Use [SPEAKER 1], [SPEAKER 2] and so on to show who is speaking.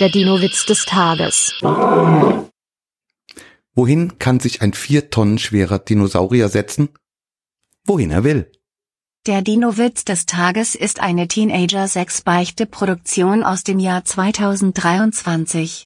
[SPEAKER 1] Der Dino-Witz des Tages.
[SPEAKER 2] Wohin kann sich ein vier Tonnen schwerer Dinosaurier setzen? Wohin er will.
[SPEAKER 3] Der Dino-Witz des Tages ist eine Teenager-6-Beichte-Produktion aus dem Jahr 2023.